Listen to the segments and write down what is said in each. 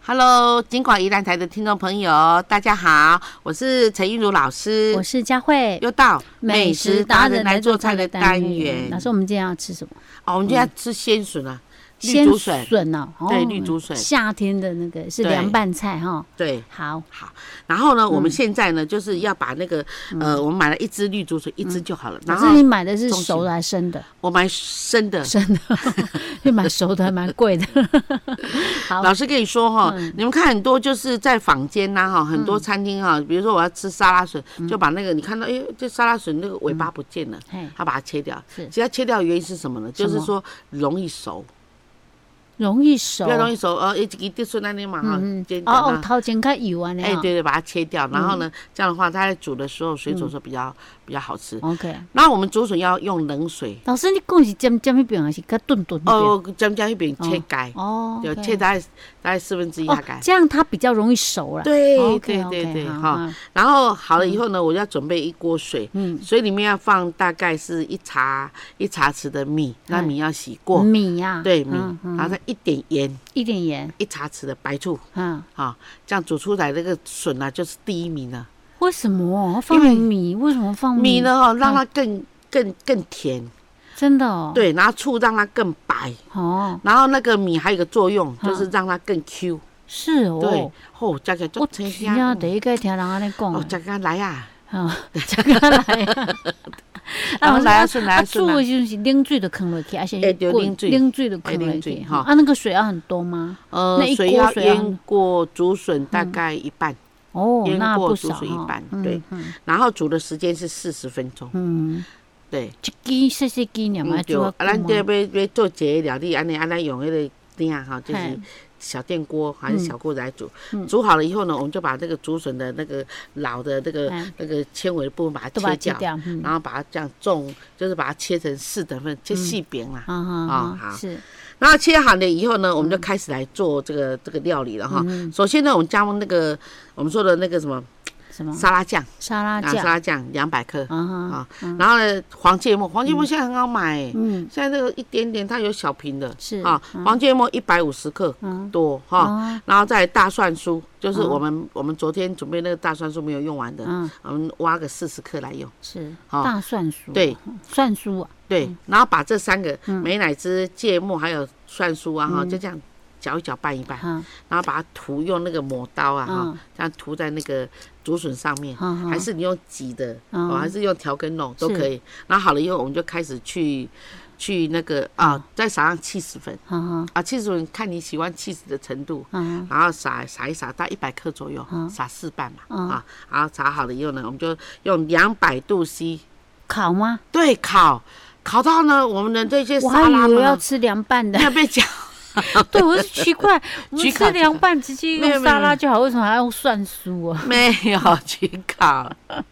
Hello，金广宜兰台的听众朋友，大家好，我是陈玉茹老师，我是佳慧。又到美食达人来做菜的单元。老师，我们今天要吃什么？哦，我们就要吃鲜笋啊，绿鲜竹笋，笋哦，哦对绿竹笋夏天的那个是对凉拌菜哈。对。好，好，然后呢，我们现在呢，就是要把那个，呃，我们买了一只绿竹笋，一只就好了。然老后嗯师，你买的是中式熟的还是生的？我买生的。生的， 因为买熟的还蛮贵 的。好，老师跟你说哈，你们看很多就是在坊间呐哈，很多餐厅哈，比如说我要吃沙拉笋，就把那个你看到，哎，这沙拉笋那个尾巴不见了，嘿，他把它切掉。是只要切掉的原因是什么呢？什就么是说容易熟，容易熟比。较容易熟，呃，一一定顺那里嘛哈，煎哦哦，啊，掏钱看语完了。哎，对对，把它切掉，然后呢，嗯这样的话它在煮的时候水煮的时候比较比较好吃。 ，OK。那我们竹笋要用冷水，老师，你讲是尖尖那边还是较钝钝那边？哦，将将一边切干，哦就 OK 切大概大概四分之一大哦概，。这样它比较容易熟了。对 OK，OK，对对对，好哈。好然后好了以后呢，我要准备一锅水，嗯水里面要放大概是一茶一茶匙的米，那嗯米要洗过，米呀，对米嗯，嗯然后再一点盐，一点盐，一茶匙的白醋，嗯，啊，这样煮出来那个笋啊就是第一名了。为什么放因为米？为什么放米？呢哦，让嗯它更更更甜，真的哦，，对，然后醋让它更白，哦，然后那个米还有一个作用嗯就是让它更 Q，是对哦，，哦，加个就我甜真香，正第一个听人安尼讲哦，的，加个来啊，，啊，这个来啊然后来啊我说顺来啊顺煮来的就是冷水就放落去，而且哎对滚冷水冷水就哎放冷落水去，哈哈，啊，那个水要很多吗？呃那，一水锅要水要啊嗯淹过竹笋大概一半，哦淹，那过不煮少水一哈半，对嗯嗯然后煮的时间是四十分钟，嗯，对，一支细细支尔嘛，要对，煮啊，啊咱这要要做这个料理，安尼安尼用那个鼎啊哈，就是嘿小电锅还是小锅来煮，嗯煮好了以后呢，我们就把这个竹笋的那个老的那个嗯那个纤维的部分把它都把它切切掉，啊掉，嗯，然后把它这样重，就是把它切成四等份，切细饼啦。啊啊啊好啊，是，然后切好了以后呢，我们嗯就开始来做这个这个料理了哈。首先呢，我们加入那个我们说的那个什么什么沙拉酱，嗯沙拉啊，酱沙拉酱两百克啊哈，啊。然后呢，黄芥末，黄芥末现在很好买欸，嗯，现在这个一点点它有小瓶的，是啊，黄芥末一百五十克嗯多哈，啊，然后再来大蒜酥，就是我们我们昨天准备那个大蒜酥没有用完的，哦嗯，哦我们挖个四十克来用。是好大蒜酥，对，蒜酥啊，对，然后把这三个嗯美乃滋、芥末还有蒜酥啊哈，就这样搅一搅拌一拌，哈，然后把它涂用那个抹刀啊哈嗯，这样涂在那个竹笋上面，哈哈还是你用挤的，嗯哦，还是用调羹弄都是可以。然后好了以后，我们就开始去去那个嗯啊，再撒上气死粉。哈哈，啊，气死看你喜欢气死的程度，嗯然后撒撒一撒，大概一百克左右，撒四瓣嘛，嗯啊，然后撒好了以后呢，我们就用两百度 C 烤吗？对烤，烤到呢，我们的这些我沙还拉以为要呢，吃凉拌的没，有被讲， 对，我是奇 怪，我们焗烤吃凉拌直接没有用没有沙拉就好，为什么还要用蒜酥啊？ 没有去烤。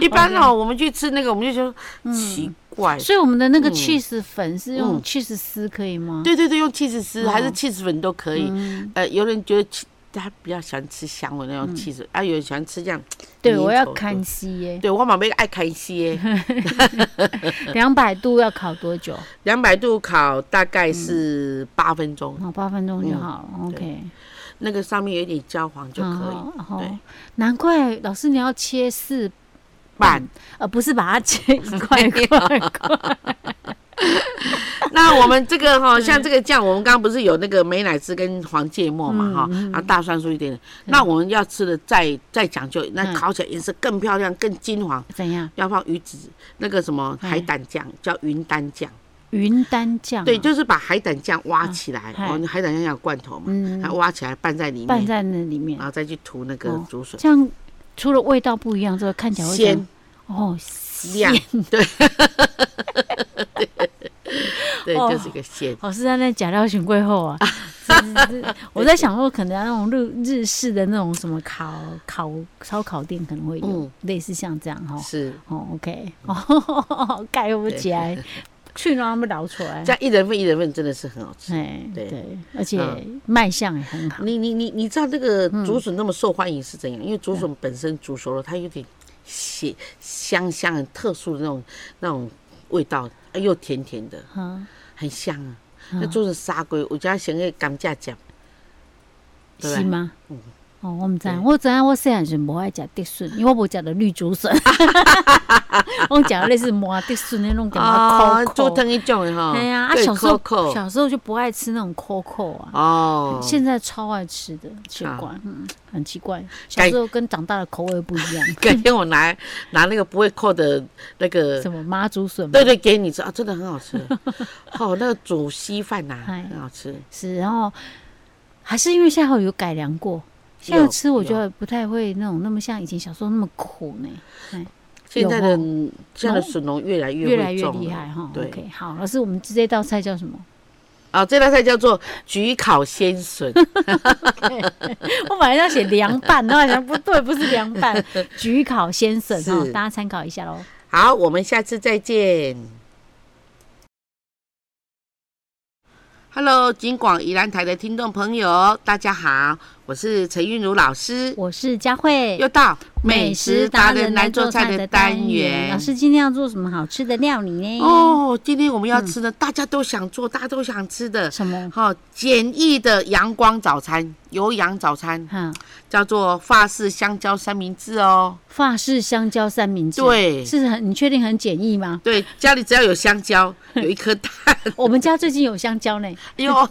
一般哦，我们去吃那个，我们就觉嗯得奇怪。所以我们的那个嗯 cheese 粉是嗯用 cheese 丝可以吗？对对对，用气死丝还是哦气死粉都可以。嗯，呃，有人觉得气他比较喜欢吃香味那种气死，啊，有人喜欢吃这样。嗯对，粘我要稠的看西耶，对我妈妹爱开些， 两百度要烤多久？两百度烤大概是八分钟，哦，八分钟就嗯好了，OK，那个上面有一点焦黄就可以。以好对，难怪老师你要切四拌，呃，不是把它切一 块一块一块。那我们这个 哈，像这个酱，我们刚刚不是有那个美乃滋跟黄芥末嗯嘛哈，啊大蒜酥一点点。那我们要吃的再再讲究，那嗯烤起来颜色更漂亮、更金黄，怎样？要放鱼子那个什么嗯海胆酱，叫云丹酱。云丹酱啊、对，就是把海胆酱挖起来，嗯哦，你海胆酱要有罐头嘛，嗯它挖起来拌在里拌面，啊在那里面然，后再去涂那个哦竹笋，这样除了味道不一样之外，看起来会怎样鲜哦，亮鲜。， 对，对，哦就是个鲜。老师在那假料选 贵后啊，真是是我在想说，可能要那种日日式的那种什么烤烤烧烤店可能会有嗯类似像这样哈。是，哦，OK，哦， 盖不起来，去让他们捞出来这。样一人份一人份真的是很好吃。哎，对对，而且嗯卖相也很好。你你你你知道那个嗯竹笋那么受欢迎是怎样？因为竹笋本身煮熟了，它有点咸香香、很特殊的那种那种味道，啊又甜甜的，嗯，很香啊。那竹笋沙龟，我家嫌个甘蔗酱，对是不对？吗？嗯哦，我毋知对，我知影我细汉时无爱食竹笋，因为我无食到绿竹笋， 我食类似麻竹笋那种感觉做口口。啊汤一种的哈，哎呀，啊对小时候，Coco 小时候就不爱吃那种 COCO 啊，哦， 现在超爱吃的，奇啊怪，嗯，很奇怪，小改时候跟长大的口味 不一样。改天我拿拿那个不会扣的那个，什么妈祖笋嘛对对，给你吃啊，真的很好吃。 哦，那个煮稀饭呐，哎很好吃。是，然后还是因为现在有改良过，现在有吃我觉有得不太会那种那么像以前小时候那么苦呢，现在的有哦现在的浓笋农越来越越来会越种厉了害哈。对 OK，好，老师，我们这道菜叫什么？ 啊，这道菜叫做焗烤鲜笋，我本来要写凉拌，然后想不对，不是凉 拌，焗烤鲜笋哈，是大家参考一下喽。好，我们下次再见。Hello，金广宜兰台的听众朋友，大家好，我是陈韵如老师，我是佳慧，又到美食达人来做菜的单元老。师今天要做什么好吃的料理呢？，哦，今天我们要吃的，大家都想做，大家都想吃的，什么？好、简易的阳光早餐，有氧早餐，哈，叫做法式香蕉三明治哦。法式香蕉三明治。。对？是很，你确定很简易吗对，家里只要有香蕉，有一颗 蛋，我们家最近有香蕉呢，哎呦，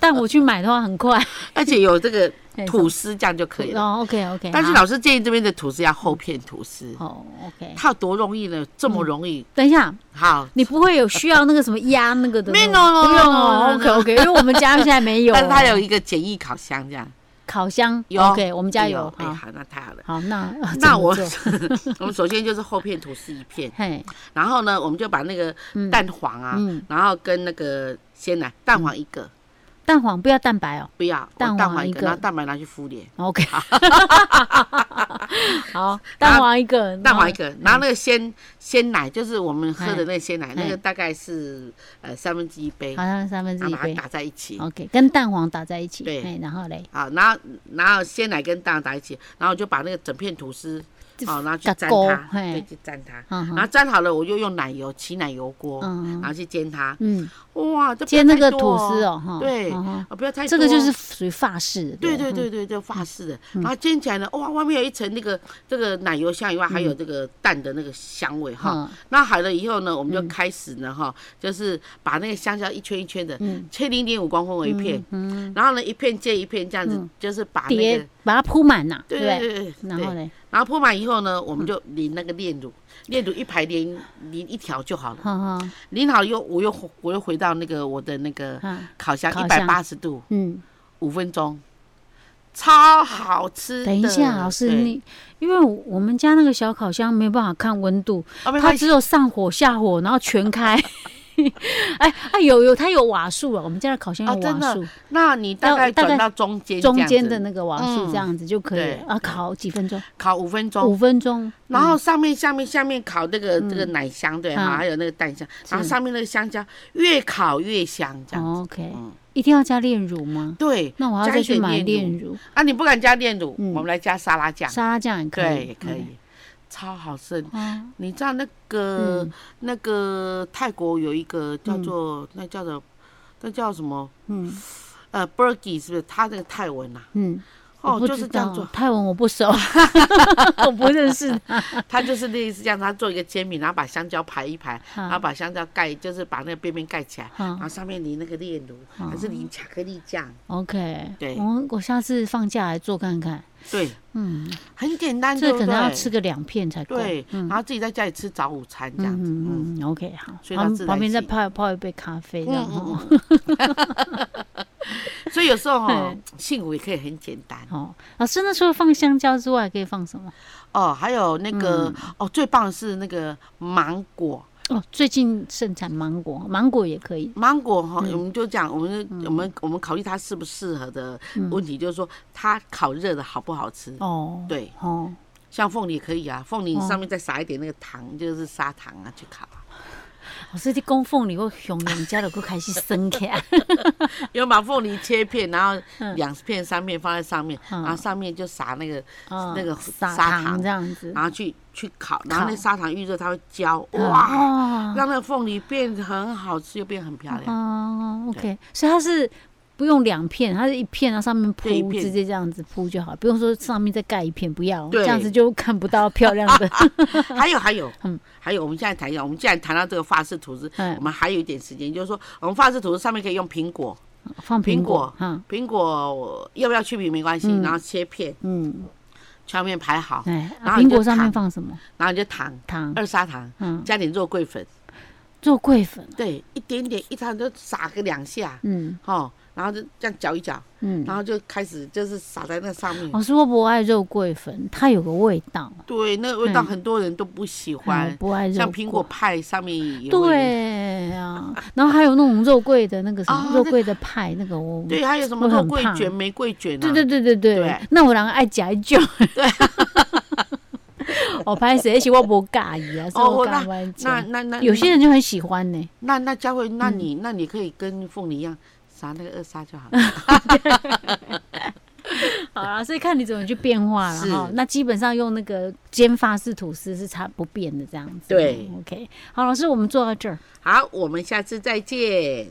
但我去买的话 很快。而且有这个吐司，这样就可以了。哦，OK OK，但是老师建议这边的吐司要厚片吐司，哦，OK，它有多容易呢？这么容易？等一下，好，你不会有需要那个什么压那个的那种？没有不用哦没，OK 有 OK，因为我们家现在 没有哦，但是它有一个简易烤箱，这样烤箱哦有，OK，我们家有哎，好好，那太好 了。好，那那我怎么做 我们首先就是厚片吐司一片，嘿，然后呢，我们就把那个蛋黄啊，嗯然后跟那个鲜奶，蛋黄一个，蛋黄不要蛋白哦不要，我蛋黄蛋黄一一个，个哦然后蛋白拿去敷脸， ，OK，好，蛋黄一个， 蛋黄一个，个，然后那个鲜鲜奶就是我们喝的那个鲜奶，嗯那个大概是呃三分之一杯，好像三分之然后一把它杯打在一起。 ，OK，跟蛋黄打在一起，对嘿，然后嘞，好，然后然后鲜奶跟蛋打一起，然后我就把那个整片吐司，好，然后去给沾勾它，嘿对，去沾它。嗯然后哼沾好了，我就用奶油起奶油锅，嗯然后去煎它。嗯，哇，这不要煎那太个多吐司，哦，哈，对嗯哼啊，不要太多。这个就是属于法式的，嗯对不对对对，就法式的，然后煎起来呢，哇，外面有一层那个这个奶油香以外，还有这个蛋的那个香味哈。嗯那好了以后呢，我们就开始呢哈，就是把那个香蕉一圈一圈的嗯切零点五公分为一片，然后呢一片接一片这样子，就是把那个嗯叠把它铺满呐，对不对对对，然后嗯对嘞，然后铺满以后呢，我们就淋那个炼乳，炼乳一排淋淋一条就好了，哈哈，淋好又我又我又回到那个我的那个嗯烤箱烤一箱百八十度，嗯，五分钟，超好吃的。等一下，老师对，你，因为我我们家那个小烤箱没办法看温度，哦，没它关只系，有上火下火，然后全开。 哎啊，有有，它有瓦数啊，我们家的烤箱有哦真的瓦数，那你大概要大概转到中间这样中子，间的那个瓦嗯数这样子就可以了对啊，烤几分钟，烤五分钟，五分钟，然后上面下面下面烤那个这个奶香对哈，嗯嗯还有那个蛋香，是哦然后上面那个香蕉越烤越香这样子。 OK，嗯一定要加炼乳吗？对，那我要加再一去点买炼炼乳乳，啊，你不敢加炼乳，嗯我们来加沙拉酱，沙拉酱也可对，以也，可以，超好吃。嗯。你知道那个那个泰国有一个叫做那叫做那叫什么？嗯呃 b u r g e 是不是？它那个泰文呐、啊嗯，我哦，不就知是这样道做，泰文我 不熟， 我不认识它。它就是类似这样，它做一个煎饼，然后把香蕉排一排，然后好把香蕉盖，就是把那个边边盖起来，好然后上面淋那个炼乳，嗯还是淋巧克力酱， ，OK，哦对我我下次放假来做看看。对，嗯，很简单，这对个不可能要对？吃个两片才够。对，然后自己在家里吃早午餐这样子，嗯，嗯嗯嗯，OK，好。所以它旁自然旁边再性泡泡一杯咖啡，然后嗯所以有时候哦嘿，幸福也可以很简单哦，老师，那除了放香蕉之外，可以放什么？哦。还有那个嗯哦，最棒的是那个芒果，哦，最近盛产芒果，芒果也可以。芒果哈，嗯我们就讲，我们我们我们考虑它适不适合的问题，就是说它烤热的好不好吃。嗯哦，对，哦，像凤梨可以啊，凤梨哦上面再撒一点那个糖，就是砂糖啊，去烤啊。老师，你供奉你，我熊人家的，我开始生 起来。有把凤梨切片，然后两片、三片放在上面，嗯然后上面就撒那个，哦那个撒砂糖糖这样子。然后去去烤，然后烤那砂糖预热它会焦，嗯哇，哦让那个凤梨变得很好吃，又变得很漂亮。哦对，OK，所以它是不用两片，它是一片，然后上面铺对一片直接这样子铺就好，不用说上面再盖一片，不要，对这样子就看不到漂亮 的。还有还有， 嗯还有我们现在谈一下，我们既然谈到这个发饰图纸，嗯我们还有一点时间，就是说我们发饰图纸上面可以用苹果，放苹苹果嗯苹果我要不要去皮没关系，嗯然后切片，嗯，敲面排好，哎，哦然啊后你苹就果上面躺放什么然后你就糖，糖？二砂糖，嗯，加点肉桂粉，肉桂粉。对，一点点一糖就撒个两下，嗯哦，然后就这样搅一搅，嗯，然后就开始就是撒在那上面。我说不爱肉桂粉，它有个味道。对，那个味道嗯很多人都不喜我欢，不爱肉像苹果派上面也会嗯对啊，然后还有那种肉桂的那个什啊么那肉桂的派，那个我。对，还有什么我肉很桂怕卷、玫瑰卷啊？对对对对嗯对对，那我两个爱夹一卷。 对，我拍谁？而且我不介意 啊，所以我哦干嘛那讲？那那有些人嗯就很喜欢呢，那那佳慧，那你那你可以跟凤梨一样撒那个二砂就好了。 好啦，所以看你怎么去变化了是哈。那基本上用那个煎发式吐司是差不变的这样子。对，OK，好，老师，我们做到这儿。好，我们下次再见。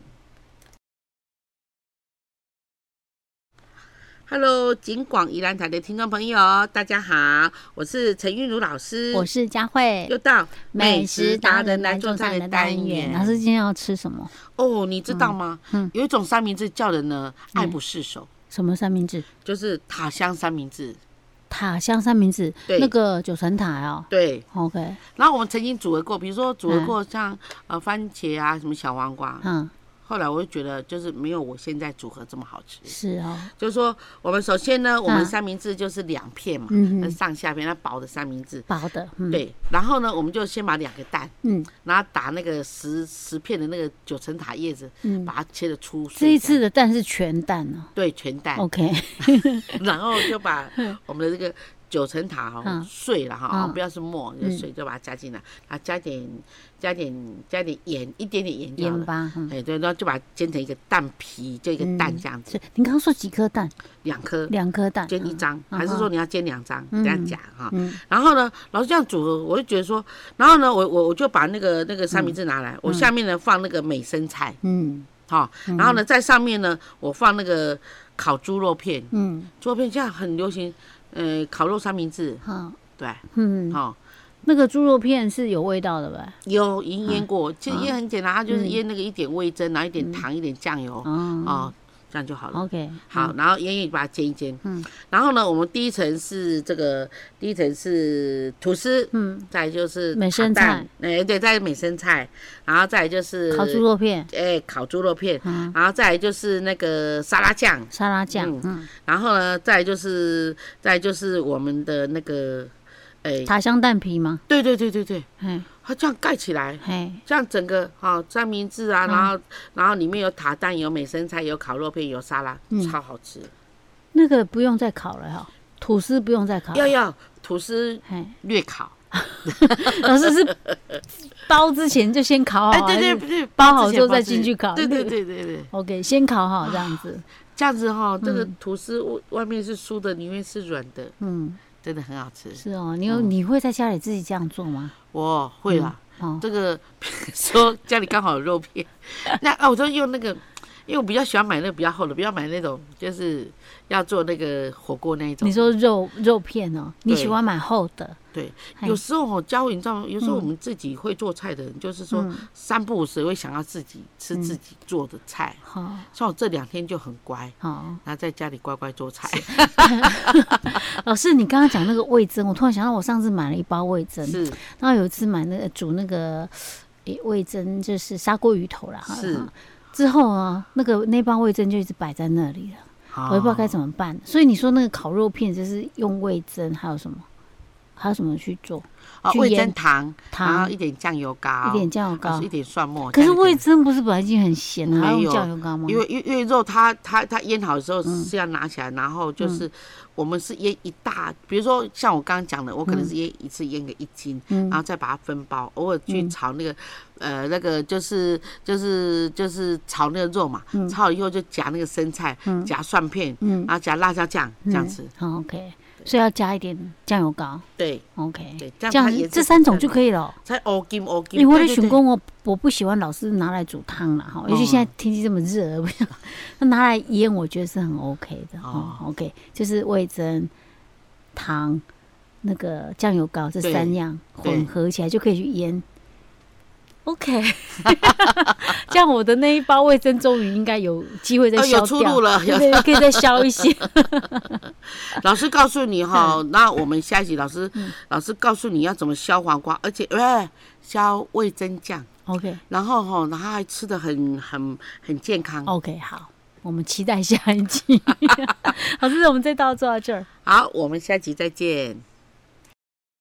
Hello，景广宜兰台的听众朋友，大家好，我是陈韵如老师，我是佳慧，又到老师今天要吃什么？哦，你知道吗？嗯嗯有一种三明治叫人呢嗯爱不释手，什么三明治？就是塔香三明治。塔香三明治，对那个九层塔哦。对， OK，然后我们曾经组合过，比如说组合过像、呃番茄啊，什么小黄瓜，嗯，后来我就觉得，就是没有我现在组合这么好吃。是哦，就是说，我们首先呢，我们嗯三明治就是两片嘛，嗯那哼，上下片那薄的三明治。薄的，嗯，，对，然后呢，我们就先把两个蛋，嗯然后打那个十十片的那个九层塔叶子，嗯。把它切的粗碎。这一次的蛋是全蛋哦对全蛋， ，OK，然后就把我们的这个九层塔哦嗯碎了哈，嗯哦不要是沫，就嗯碎就把它加进来，啊，加点加点加点盐，一点点盐就好盐了。巴，嗯，哎，对，然后就把它煎成一个蛋皮，就一个蛋嗯这样子，是，您刚刚说几颗蛋？两颗。两颗蛋，煎一张，嗯还是说你要煎两张？这样嗯夹哈。嗯然后呢，老师这样煮，我就觉得说，然后呢，我我我就把那个那个三明治拿来，我下面呢放那个美生菜嗯哈，然后呢在上面呢我放那个烤猪肉片，嗯，猪肉片现在很流行，呃，烤肉三明治，好，对，嗯，哈，那个猪肉片是有味道的吧？有已经腌过，其实嗯腌很简单，它就是嗯腌那个一点味噌，啊然后一点嗯糖，一点酱油，哦哦，这样就好了。 ，OK，好，然后烟叶把它煎一煎。嗯嗯，然后呢，我们第一层是这个，第一层是吐司，嗯，再来就是美生塔蛋，哎、对，再来美生菜，然后再来就是嗯，烤猪，肉片，哎、烤猪肉片，嗯，然后再来就是那个沙拉酱，沙拉酱，嗯，然后呢，再来就是再来就是我们的那个，哎、塔香蛋皮吗？对对对对对，嘿，它这样盖起来。嘿，这样整个哦，三明治嗯啊，然后然后里面有塔蛋，有美生菜，有烤肉片，有沙拉，嗯超好吃。那个不用再烤了哈，吐司不用再烤了。要要吐司嘿，略烤，老师是 包之前就先烤好，哎，对还对是对，包哦好之后包再之前进去烤。对对对对对， ，OK，先烤好这样子。这样子哈，这个吐司外外面是酥的，里面是软的，嗯，真的很好吃。是哦，你有嗯你会在家里自己这样做吗？我会啦，哦，这个 说家里刚好有肉片， 那啊，我就用那个。因为我比较喜欢买那个比较厚的，不要买那种就是要做那个火锅那一种。你说肉肉片哦，你对喜欢买厚的？哎对，嘿有时候我教你知道吗？有时候我们自己会做菜的人，就是说嗯三不五时会想要自己吃自己做的菜。好像我这两天就很乖，好，然后在家里乖乖做菜，老师，你刚刚讲那个味噌，我突然想到，我上次买了一包味噌， 是然后有一次买那个煮那个诶味噌，就是砂锅鱼头啦。是哈之后啊，那个那包味噌就一直摆在那里了，我我也不知道该么。怎么办。所以你说那个烤肉片就是用味噌，还有什么？还有什么去做？啊去味噌腌糖，然后糖、一点酱油膏，一点酱油啊膏是一。点蒜末。可是这样就味噌不是本来已经很咸了，还要没有用酱油膏吗以因？为因为因为肉它它它腌好的时候嗯是要拿起来，然后就是我们是腌一大，比如说像我刚刚讲的，我可能是腌一次腌个一斤，嗯然后再把它分包，偶尔去炒那个呃那个就是就是就是炒那个肉嘛，炒了以后就夹那个生菜，夹蒜片，嗯然后夹辣椒酱这样嗯吃。好，OK。所以要加一点酱油膏。对 OK，对，这这样它样也是这三种就可以了。才熬金熬金。因哎为我对对的选对哦工，我我不喜欢老是拿来煮汤了哈，尤其现在天气这么热， 不想那拿来腌，我觉得是很 OK 的哈。OK，就是哦味增、糖、那个酱油膏这对三样对混合起来就可以去腌。OK，这样我的那一包味增终于应该有机会再哦，消有出掉路，了。对有 对，对可以再消一些。老师告诉你哈，嗯那我们下一集老师老师告诉你要怎么削黄瓜，而且喂削味增酱， OK 然后哈，然后还吃的很很很健康。 OK，好，我们 期待下一集。好，这是我们这道做到这儿。好，我们下集再见。